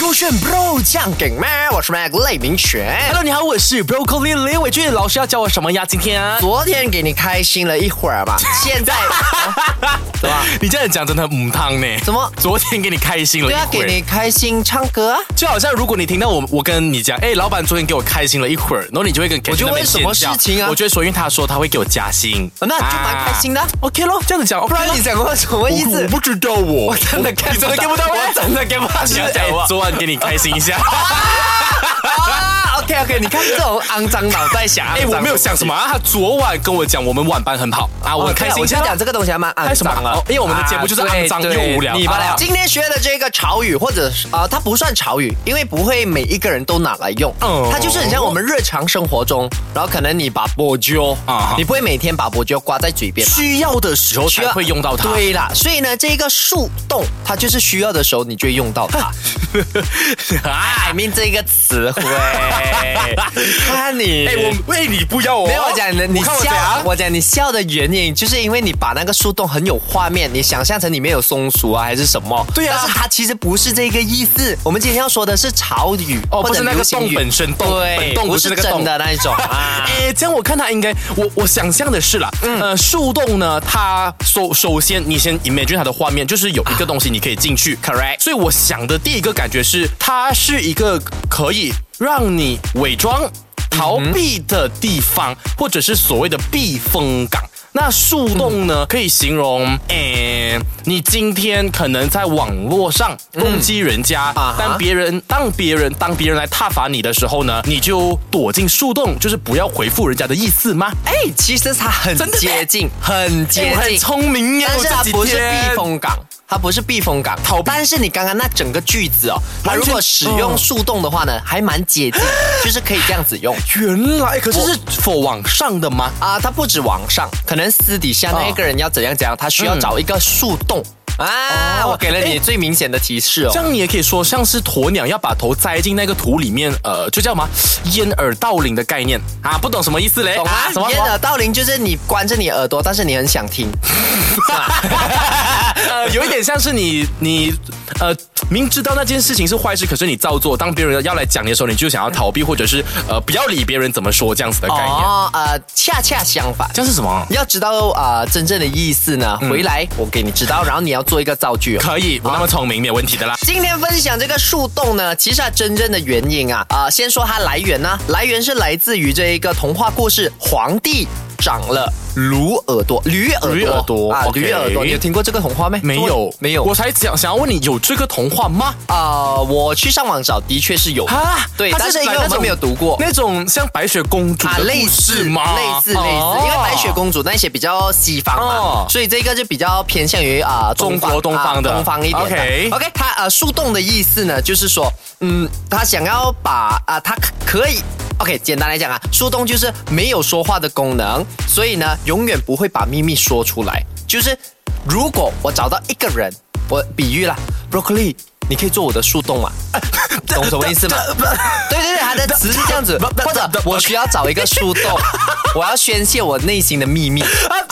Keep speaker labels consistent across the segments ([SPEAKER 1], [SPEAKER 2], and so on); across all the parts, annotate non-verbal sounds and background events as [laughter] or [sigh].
[SPEAKER 1] 勾选 bro 酱梗麦，我是 Mac 赖明全。
[SPEAKER 2] Hello，你好，我是 Broccoli 李伟俊，老师要教我什么呀？今天、啊。
[SPEAKER 1] 昨天给你开心了一会儿吧，现在
[SPEAKER 2] 怎么？你这样讲真的很母汤呢？
[SPEAKER 1] 怎么
[SPEAKER 2] 昨天给你开心了
[SPEAKER 1] 对
[SPEAKER 2] 一
[SPEAKER 1] 啊，
[SPEAKER 2] 会
[SPEAKER 1] 给
[SPEAKER 2] 儿，
[SPEAKER 1] 你开心唱歌啊。
[SPEAKER 2] 就好像如果你听到我我跟你讲，哎，老板昨天给我开心了一会儿，然后你就会跟
[SPEAKER 1] 我就
[SPEAKER 2] Catherine
[SPEAKER 1] 问
[SPEAKER 2] 那边
[SPEAKER 1] 什么
[SPEAKER 2] 尖叫
[SPEAKER 1] 事情啊
[SPEAKER 2] 我就会说，因为他说他会给我加薪，
[SPEAKER 1] 那就蛮开心的啊
[SPEAKER 2] 啊 OK 咯，这样子讲，
[SPEAKER 1] 不然你讲过什么意思？
[SPEAKER 2] 不知道我，
[SPEAKER 1] 我真的 get
[SPEAKER 2] 你真的 get 不到
[SPEAKER 1] 我真的
[SPEAKER 2] get 不到
[SPEAKER 1] 你要讲我
[SPEAKER 2] 昨晚给你开心一下，
[SPEAKER 1] 啊，OK OK，你看这种肮脏脑袋想，
[SPEAKER 2] 哎，我没有想什么啊，他昨晚跟我讲我们晚班很好啊，我
[SPEAKER 1] 我
[SPEAKER 2] 很
[SPEAKER 1] 开
[SPEAKER 2] 开
[SPEAKER 1] 心。
[SPEAKER 2] 心
[SPEAKER 1] 哦我
[SPEAKER 2] 一
[SPEAKER 1] 就
[SPEAKER 2] 下咯。
[SPEAKER 1] 讲这个东西还啊蛮肮
[SPEAKER 2] 开什么
[SPEAKER 1] 脏
[SPEAKER 2] 哦因为我们的节目就是
[SPEAKER 1] 啊
[SPEAKER 2] 肮脏
[SPEAKER 1] 对
[SPEAKER 2] 又无聊
[SPEAKER 1] 对你罢了
[SPEAKER 2] 啊
[SPEAKER 1] 今天学的这个潮语，或者是啊、它不算潮语，因为不会每一个人都拿来用。
[SPEAKER 2] 哦
[SPEAKER 1] 它就是很像我们日常生活中，然后可能你把波鸠
[SPEAKER 2] 啊
[SPEAKER 1] 你不会每天把波鸠挂在嘴边嘛。
[SPEAKER 2] 需要的时候才会用到它。
[SPEAKER 1] 对啦，所以呢，这个树洞它就是需要的时候，你就会用到
[SPEAKER 2] [laughs]
[SPEAKER 1] 它。I mean 这个词汇，你看你，
[SPEAKER 2] 哎、我喂你不要哦！
[SPEAKER 1] 没有我讲的，你
[SPEAKER 2] 看我
[SPEAKER 1] 笑
[SPEAKER 2] 怎样，
[SPEAKER 1] 我讲你笑的原因，就是因为你把那个树洞很有画面，你想象成里面有松鼠啊，还是什么？
[SPEAKER 2] 对啊
[SPEAKER 1] 但是它其实不是这个意思。我们今天要说的是潮语，
[SPEAKER 2] 哦
[SPEAKER 1] 或者
[SPEAKER 2] 不是那个
[SPEAKER 1] 流行
[SPEAKER 2] 洞
[SPEAKER 1] 语
[SPEAKER 2] 本身洞
[SPEAKER 1] 对，
[SPEAKER 2] 本洞
[SPEAKER 1] 不
[SPEAKER 2] 不是
[SPEAKER 1] 是
[SPEAKER 2] 那个
[SPEAKER 1] 真
[SPEAKER 2] 洞
[SPEAKER 1] 的那一
[SPEAKER 2] [laughs]
[SPEAKER 1] 种啊。嗯
[SPEAKER 2] 哎、这样我看他应该，我我想象的是啦，呃，树洞呢，它首首先你先 imagine 它的画面，就是有一个东西你可以进去、c o r r e c t 所以我想的第一个感觉是，它是一个可以让你伪装逃避的地方，或者是所谓的避风港。那树洞呢，可以形容，
[SPEAKER 1] 嗯
[SPEAKER 2] 诶、你今天可能在网络上攻击人家，
[SPEAKER 1] 嗯啊哈
[SPEAKER 2] 但别人当别人当别人来挞伐你的时候呢，你就躲进树洞，就是不要回复人家的意思吗？
[SPEAKER 1] 哎，其实它很
[SPEAKER 2] 真的咩
[SPEAKER 1] 接近，很
[SPEAKER 2] 哎
[SPEAKER 1] 接
[SPEAKER 2] 我很
[SPEAKER 1] 近，
[SPEAKER 2] 聪明耶，
[SPEAKER 1] 但是
[SPEAKER 2] 我
[SPEAKER 1] 它
[SPEAKER 2] 这几
[SPEAKER 1] 不是
[SPEAKER 2] 天
[SPEAKER 1] 避。风港，它不是避风港，逃
[SPEAKER 2] 避
[SPEAKER 1] 但是你刚刚那整个句子哦，它
[SPEAKER 2] 完全嗯
[SPEAKER 1] 如果使用树洞的话呢，还蛮接近，就是可以这样子用。
[SPEAKER 2] 原来可是是否往上的吗？
[SPEAKER 1] 啊，他不止网上，可能私底下那一个人要怎样怎样，他需要找一个树洞、啊。
[SPEAKER 2] 哦
[SPEAKER 1] 我给了你
[SPEAKER 2] 哎
[SPEAKER 1] 最明显的提示哦
[SPEAKER 2] 这。样你也可以说像是鸵鸟要把头栽进那个土里面，呃，就叫什么掩耳盗铃的概念啊？不懂什么意思嘞？
[SPEAKER 1] 懂啊
[SPEAKER 2] 什么？
[SPEAKER 1] 掩耳盗铃就是你关着你耳朵，但是你很想听。是吧
[SPEAKER 2] 呃，有一点像是你你呃，明知道那件事情是坏事，可是你照做。当别人要来讲你的时候，你就想要逃避，或者是呃不要理别人怎么说这样子的概念。
[SPEAKER 1] 哦，呃，恰恰相反。
[SPEAKER 2] 这样是什么？
[SPEAKER 1] 要知道啊、呃真正的意思呢，
[SPEAKER 2] 嗯
[SPEAKER 1] 回来我给你知道，然后你要做一个造句哦。
[SPEAKER 2] 可以，我那么聪明，没有问题的啦。
[SPEAKER 1] 今天分享这个树洞呢，其实它真正的原因啊，啊、先说它来源呢、啊来源是来自于这一个童话故事，皇帝长了驴耳朵，驴耳朵，
[SPEAKER 2] 驴耳朵
[SPEAKER 1] 啊，
[SPEAKER 2] OK
[SPEAKER 1] 驴耳朵，你有听过这个童话没？
[SPEAKER 2] 没有，
[SPEAKER 1] 没有
[SPEAKER 2] 我才想想要问你，有这个童话吗？
[SPEAKER 1] 啊、我去上网找，的确是有
[SPEAKER 2] 啊，
[SPEAKER 1] 对，
[SPEAKER 2] 它
[SPEAKER 1] 但是因
[SPEAKER 2] 来
[SPEAKER 1] 为
[SPEAKER 2] 那
[SPEAKER 1] 我们
[SPEAKER 2] 种
[SPEAKER 1] 没有读过。
[SPEAKER 2] 那种像白雪公主
[SPEAKER 1] 啊，
[SPEAKER 2] 的
[SPEAKER 1] 类
[SPEAKER 2] 故
[SPEAKER 1] 似
[SPEAKER 2] 事吗？
[SPEAKER 1] 类似类似，
[SPEAKER 2] 哦
[SPEAKER 1] 因为白雪公主那些比较西方嘛，
[SPEAKER 2] 哦
[SPEAKER 1] 所以这个就比较偏向于啊、
[SPEAKER 2] 中国
[SPEAKER 1] 东
[SPEAKER 2] 东
[SPEAKER 1] 啊
[SPEAKER 2] 方的
[SPEAKER 1] 东方一点的。
[SPEAKER 2] OK
[SPEAKER 1] OK，它呃树洞的意思呢，就是说，嗯，他想要把啊、他可以。OK，简单来讲啊，树洞就是没有说话的功能，所以呢，永远不会把秘密说出来。就是如果我找到一个人，我比喻啦，broccoli，你可以做我的树洞啊嘛，懂什么意思吗？ [laughs] 对对对，他的词是这样子，或者我需要找一个树洞，我要宣泄我内心的秘
[SPEAKER 2] [laughs]
[SPEAKER 1] 密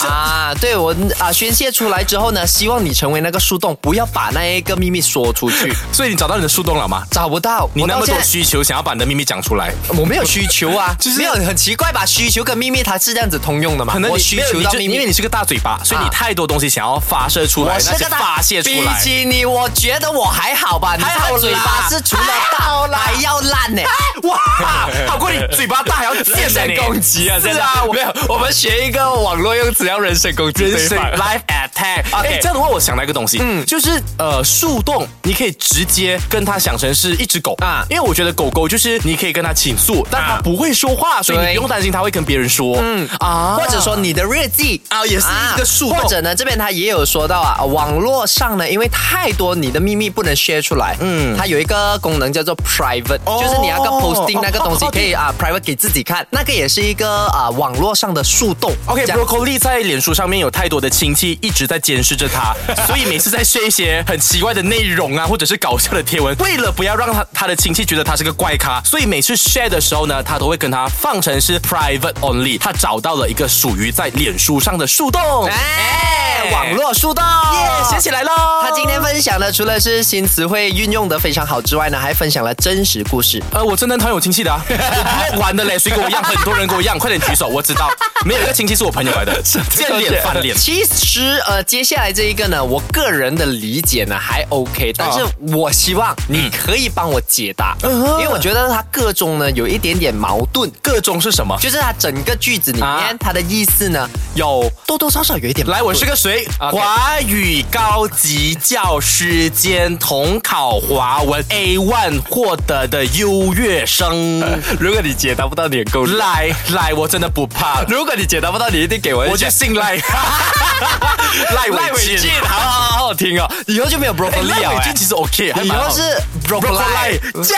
[SPEAKER 1] 啊，对我啊宣泄出来之后呢，希望你成为那个树洞，不要把那一个秘密说出去。
[SPEAKER 2] 所以你找到你的树洞了吗？
[SPEAKER 1] 找不到，
[SPEAKER 2] 你
[SPEAKER 1] 我
[SPEAKER 2] 那
[SPEAKER 1] 到
[SPEAKER 2] 么
[SPEAKER 1] 现
[SPEAKER 2] 多
[SPEAKER 1] 在
[SPEAKER 2] 需求，想要把你的秘密讲出来，
[SPEAKER 1] 我没有需求啊，
[SPEAKER 2] [laughs] 就是
[SPEAKER 1] 没有很奇怪吧？需求跟秘密它是这样子通用的嘛？
[SPEAKER 2] 可能你
[SPEAKER 1] 我需
[SPEAKER 2] 没有
[SPEAKER 1] 求
[SPEAKER 2] 你
[SPEAKER 1] 到
[SPEAKER 2] 就
[SPEAKER 1] 秘
[SPEAKER 2] 因为
[SPEAKER 1] 密
[SPEAKER 2] 你。是个大嘴巴，所以你
[SPEAKER 1] 啊
[SPEAKER 2] 太多东西想要发射出来，
[SPEAKER 1] 我是
[SPEAKER 2] 那些
[SPEAKER 1] 个大
[SPEAKER 2] 发泄出来
[SPEAKER 1] [laughs] 比。起你，我觉得我还好吧。你
[SPEAKER 2] 还好
[SPEAKER 1] 那
[SPEAKER 2] 啦
[SPEAKER 1] 嘴巴是除了
[SPEAKER 2] 还好
[SPEAKER 1] 大
[SPEAKER 2] 啦
[SPEAKER 1] 还要烂呢、
[SPEAKER 2] 哇，好啊过你嘴巴大还
[SPEAKER 1] [laughs]
[SPEAKER 2] 要
[SPEAKER 1] 人
[SPEAKER 2] 贱的
[SPEAKER 1] 身
[SPEAKER 2] 你
[SPEAKER 1] 攻击啊！
[SPEAKER 2] 是
[SPEAKER 1] 真的
[SPEAKER 2] 啊，我
[SPEAKER 1] 没有，我们学一个网络用词，要人身攻击
[SPEAKER 2] 人
[SPEAKER 1] 对
[SPEAKER 2] 生 [laughs]
[SPEAKER 1] 方。
[SPEAKER 2] life attack。哎、
[SPEAKER 1] OK
[SPEAKER 2] 这样的话，我想到一个东西，嗯，就是呃，树洞，你可以直接跟它想成是一只狗
[SPEAKER 1] 啊
[SPEAKER 2] 啊，因为我觉得狗狗就是你可以跟它倾诉，但它不会说话，所以你
[SPEAKER 1] 对
[SPEAKER 2] 不用担心它会跟别人说，嗯啊，
[SPEAKER 1] 或者说你的日记
[SPEAKER 2] 啊也是一个树洞
[SPEAKER 1] 或者呢，这边他也有说到啊，网络上呢，因为太多你的秘密不能 share 出来，嗯，它有一个功能叫做 private，、
[SPEAKER 2] 哦
[SPEAKER 1] 就是你那个 posting
[SPEAKER 2] 哦
[SPEAKER 1] 那个东西
[SPEAKER 2] 哦
[SPEAKER 1] 可以啊 private 给自己看，那个也是一个啊网络上的树洞。这样
[SPEAKER 2] OK，broccoli、在脸书上面有太多的亲戚一直在在监视
[SPEAKER 1] [laughs]
[SPEAKER 2] 着他，所以每次在 share 一些很奇怪的内容啊，或者是搞笑的贴文，为了不要让他他的亲戚觉得他是个怪咖，所以每次 share 的时候呢，他都会跟他放成是 private only。他找到了一个属于在脸书上的树洞，
[SPEAKER 1] 哎，网络树洞，
[SPEAKER 2] 耶，写起来喽！
[SPEAKER 1] 他今天分享的除了是新词汇运用的非常好之外呢，还分享了真实故事。
[SPEAKER 2] 呃，我真的很有亲戚的、啊，我不会玩的嘞，谁跟我一样？很多人跟我一样，快点举手，我
[SPEAKER 1] [laughs]
[SPEAKER 2] 知道，没有一个亲戚是我朋友来的，见脸翻脸。
[SPEAKER 1] 其实呃，接下来这一个呢，我个人的理解呢还 OK，但
[SPEAKER 2] 啊
[SPEAKER 1] 是我希望你可以帮我解答，
[SPEAKER 2] 嗯
[SPEAKER 1] 因为我觉得它个中呢有一点点矛盾，
[SPEAKER 2] 各种是什么？
[SPEAKER 1] 就是它整个句子里
[SPEAKER 2] 啊
[SPEAKER 1] 面它的意思呢有多多少少有一点矛
[SPEAKER 2] 来，我是个谁？
[SPEAKER 1] OK
[SPEAKER 2] 华语高级教师兼统考华文 A one 获得的优越生。
[SPEAKER 1] 盾。 [laughs] 如果你解答不到，你也够
[SPEAKER 2] 来来，我真的不怕，
[SPEAKER 1] 如果你解答不到，你一定给我
[SPEAKER 2] 我就信
[SPEAKER 1] [laughs]
[SPEAKER 2] 赖赖
[SPEAKER 1] 赖
[SPEAKER 2] 伟
[SPEAKER 1] 伟
[SPEAKER 2] 俊
[SPEAKER 1] 俊。，好好好好听哦，以后就没有 broccoli 了
[SPEAKER 2] 赖伟俊
[SPEAKER 1] 哎
[SPEAKER 2] 其实 OK，还
[SPEAKER 1] 以
[SPEAKER 2] 蛮好
[SPEAKER 1] 后是 broccoli。
[SPEAKER 2] Broccoli 家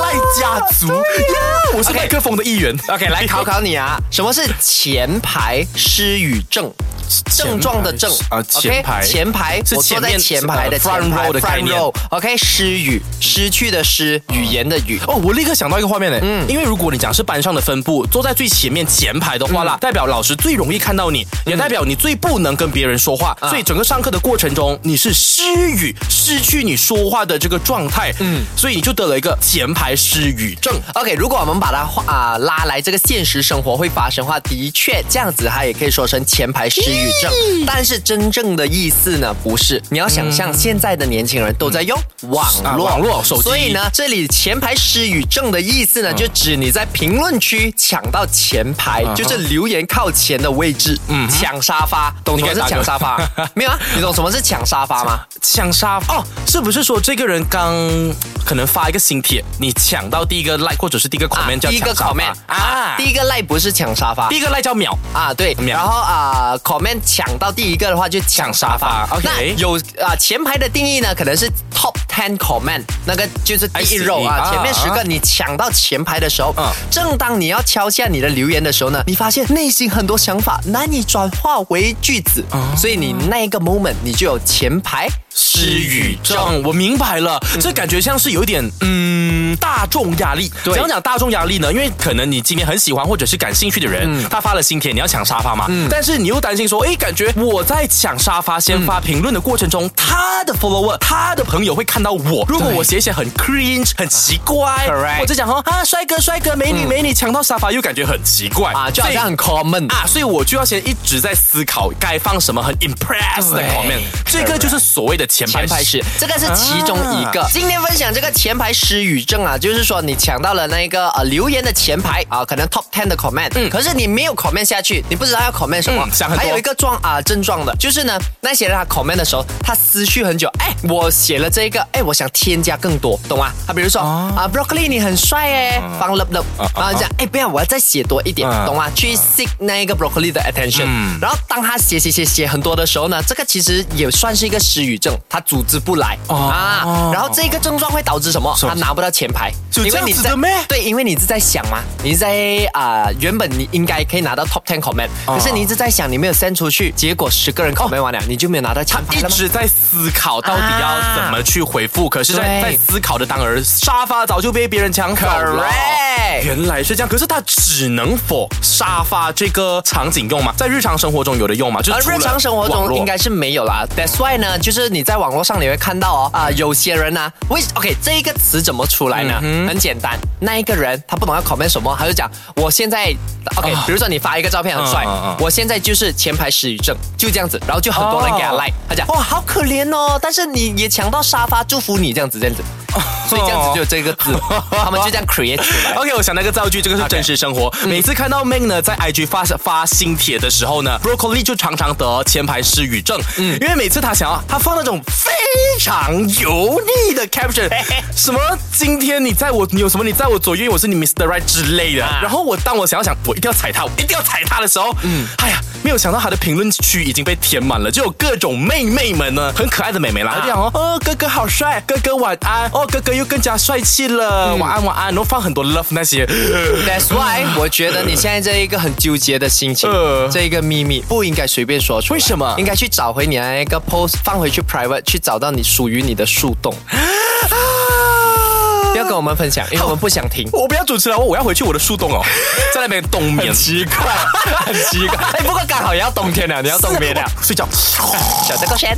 [SPEAKER 2] 赖家族呀，我是麦克风的一员。
[SPEAKER 1] OK，来考考你啊， [laughs] 什么是前排失语症？症状的症
[SPEAKER 2] 啊
[SPEAKER 1] OK，
[SPEAKER 2] 前排
[SPEAKER 1] 前排
[SPEAKER 2] 是
[SPEAKER 1] 我坐在
[SPEAKER 2] 前面
[SPEAKER 1] 前排的
[SPEAKER 2] 呃，front
[SPEAKER 1] 前排
[SPEAKER 2] row 的概
[SPEAKER 1] front
[SPEAKER 2] 念
[SPEAKER 1] row。OK，失语，失去的失，语言的语。
[SPEAKER 2] 哦，我立刻想到一个画面呢，嗯，因为如果你讲是班上的分布，坐在最前面前排的
[SPEAKER 1] 嗯
[SPEAKER 2] 话啦，代表老师最容易看到你，也代表你最不能跟别人说话，
[SPEAKER 1] 嗯
[SPEAKER 2] 所以整个上课的过程中你是失语，失去你说话的这个状态，嗯，所以你就得了一个前排失语症。
[SPEAKER 1] OK，如果我们把它画啊、拉来这个现实生活会发生的话，的确这样子，它也可以说成前排失语症。但是真正的意思呢，不是。你要想象现在的年轻人都在用网
[SPEAKER 2] 啊
[SPEAKER 1] 络、
[SPEAKER 2] 网络手机
[SPEAKER 1] 所以呢，这里前排失语症的意思呢，就指你在评论区抢到前排，就是留言靠前的位置，抢沙发。懂什么是抢沙发？ [laughs] 没有啊？你懂什么是抢沙发吗？
[SPEAKER 2] 抢沙发哦，是不是说这个人刚可能发一个新帖，你抢到第一个 like 或者是第一个 comment 叫
[SPEAKER 1] 第一个
[SPEAKER 2] 抢沙发
[SPEAKER 1] comment
[SPEAKER 2] 啊，
[SPEAKER 1] 第一个赖不是抢沙发
[SPEAKER 2] 第，一个 like 叫秒，
[SPEAKER 1] 啊，对，
[SPEAKER 2] 秒
[SPEAKER 1] 然后啊、c o m m e n t 抢到第一个的话就抢沙发。
[SPEAKER 2] 抢沙发
[SPEAKER 1] 那
[SPEAKER 2] OK
[SPEAKER 1] 有啊、前排的定义呢，可能是 top ten comment，那个就是第
[SPEAKER 2] I
[SPEAKER 1] 一
[SPEAKER 2] see，
[SPEAKER 1] row 啊，
[SPEAKER 2] 啊
[SPEAKER 1] 前面十个你抢到前排的时候，
[SPEAKER 2] 嗯
[SPEAKER 1] 正当你要敲下你的留言的时候呢，你发现内心很多想法难以转化为句子，
[SPEAKER 2] 哦
[SPEAKER 1] 所以你那一个 moment 你就有前排
[SPEAKER 2] 失语症，我明白了，这感觉像是有一点嗯大众压力。
[SPEAKER 1] 对
[SPEAKER 2] 怎样讲大众压力呢？因为可能你今天很喜欢或者是感兴趣的人，
[SPEAKER 1] 嗯
[SPEAKER 2] 他发了新帖，你要抢沙发嘛。但是你又担心说，哎，感觉我在抢沙发先发评论的过程中，他的 follower 他的朋友会看到我。如果我写一些很 cringe 很奇怪，
[SPEAKER 1] correct 嗯
[SPEAKER 2] 或者讲哦啊帅哥帅哥美女美女抢到沙发，又感觉很奇怪
[SPEAKER 1] 啊，就好像
[SPEAKER 2] 所以
[SPEAKER 1] 很 common
[SPEAKER 2] 啊，所以我就要先一直在思考该放什么很 impress 的
[SPEAKER 1] 对
[SPEAKER 2] comment，这个就是所谓的前排
[SPEAKER 1] 前排
[SPEAKER 2] 式
[SPEAKER 1] 失，这个是其中一个。
[SPEAKER 2] 啊
[SPEAKER 1] 今天分享这个前排失语症啊，就是说你抢到了那个呃留言的前排啊，可能 top ten 的 comment，嗯，可是你没有 comment 下去，你不知道要 comment 什么。
[SPEAKER 2] 嗯想很多
[SPEAKER 1] 还有一个状啊、症状的，就是呢，那些人他 comment 的时候，他思绪很久，哎，我写了这个，哎，我想添加更多，懂吗？他比如说
[SPEAKER 2] 哦
[SPEAKER 1] 啊、broccoli 你很帅哎，
[SPEAKER 2] 啊
[SPEAKER 1] 放 love love，然后讲哎不要，我要再写多一点，
[SPEAKER 2] 嗯
[SPEAKER 1] 懂吗？去 seek 那一个 broccoli 的 attention，、然后当他写写写写很多的时候呢，这个其实也算是一个失语症，他组织不来、
[SPEAKER 2] 哦
[SPEAKER 1] 啊。然后这个症状会导致什么？他拿不到前排，
[SPEAKER 2] 有这样子的
[SPEAKER 1] 在
[SPEAKER 2] 咩
[SPEAKER 1] [laughs] 对，因为你是在想嘛，你是在啊、原本你应该可以拿到 top ten comment，、可
[SPEAKER 2] 哦
[SPEAKER 1] 是你一直在想，你没有 send 出去，结果十个人 comment 完了，你就没有拿到前排
[SPEAKER 2] 啊一
[SPEAKER 1] 了吗？
[SPEAKER 2] 直在思考到底要怎么去回复，可是在，在
[SPEAKER 1] 对
[SPEAKER 2] 思考的当儿，沙发早就被别人抢走了。
[SPEAKER 1] Correct
[SPEAKER 2] 原来是这样，可是它只能否沙发这个场景用吗？在日常生活中有的用吗？就是
[SPEAKER 1] 而
[SPEAKER 2] 除了
[SPEAKER 1] 呃日常生活
[SPEAKER 2] 网
[SPEAKER 1] 中
[SPEAKER 2] 络
[SPEAKER 1] 应该是没有啦。That's why 呢，就是你在网络上你会看到哦，啊、有些人呢、为 OK 这一个词怎么出来呢？
[SPEAKER 2] 嗯
[SPEAKER 1] 很简单，那一个人他不懂要 comment 什么，他就讲我现在 OK，、比如说你发一个照片很帅，
[SPEAKER 2] 哦嗯嗯嗯
[SPEAKER 1] 我现在就是前排失语症，就这样子，然后就很多人给他
[SPEAKER 2] 哦
[SPEAKER 1] like，、他讲哇好可怜哦，但是你也抢到沙发，祝福你这样子这样子，所以这样
[SPEAKER 2] 哦
[SPEAKER 1] 子就有这个
[SPEAKER 2] [laughs]
[SPEAKER 1] 字，他们就这样 create 出来。
[SPEAKER 2] OK，我想那嗯个造句，这个是真实生活。每次看到 Meg 呢在 IG 发发新帖的时候呢，Broccoli 就常常得前排失语症，嗯，因为每次他想要他放那种非常油腻的 [laughs] caption，什么今天你在我你有什么你在我左右，我是你 Mr. Right 之类的。然后我当我想要想我一定要踩他，我一定要踩他的时候，嗯，哎呀，没有想到他的评论区已经被填啊满了，就有各种妹妹们呢，很可爱的妹妹啦，她就讲哦，哦哥哥好帅，哥哥晚安，哦哦，哥哥又更加帅气了，晚安晚安，然后放很多 love 那些，
[SPEAKER 1] That's why，我觉得你现在这一个很纠结的心情，
[SPEAKER 2] 呃
[SPEAKER 1] 这一个秘密不应该随便说出来。
[SPEAKER 2] 为什么
[SPEAKER 1] 应该去找回你的那个 post，放回去 private，去找到你属于你的树洞。
[SPEAKER 2] 啊
[SPEAKER 1] 不要跟我们分享，因为我们不想
[SPEAKER 2] [laughs]
[SPEAKER 1] 听。
[SPEAKER 2] 我不要主持了，我我要回去我的树洞哦，在那边冬 [laughs] 眠，奇怪，很奇怪。
[SPEAKER 1] 哎，不过刚好也要冬天了，你要冬眠了。
[SPEAKER 2] 睡觉。
[SPEAKER 1] [laughs] 小这个先。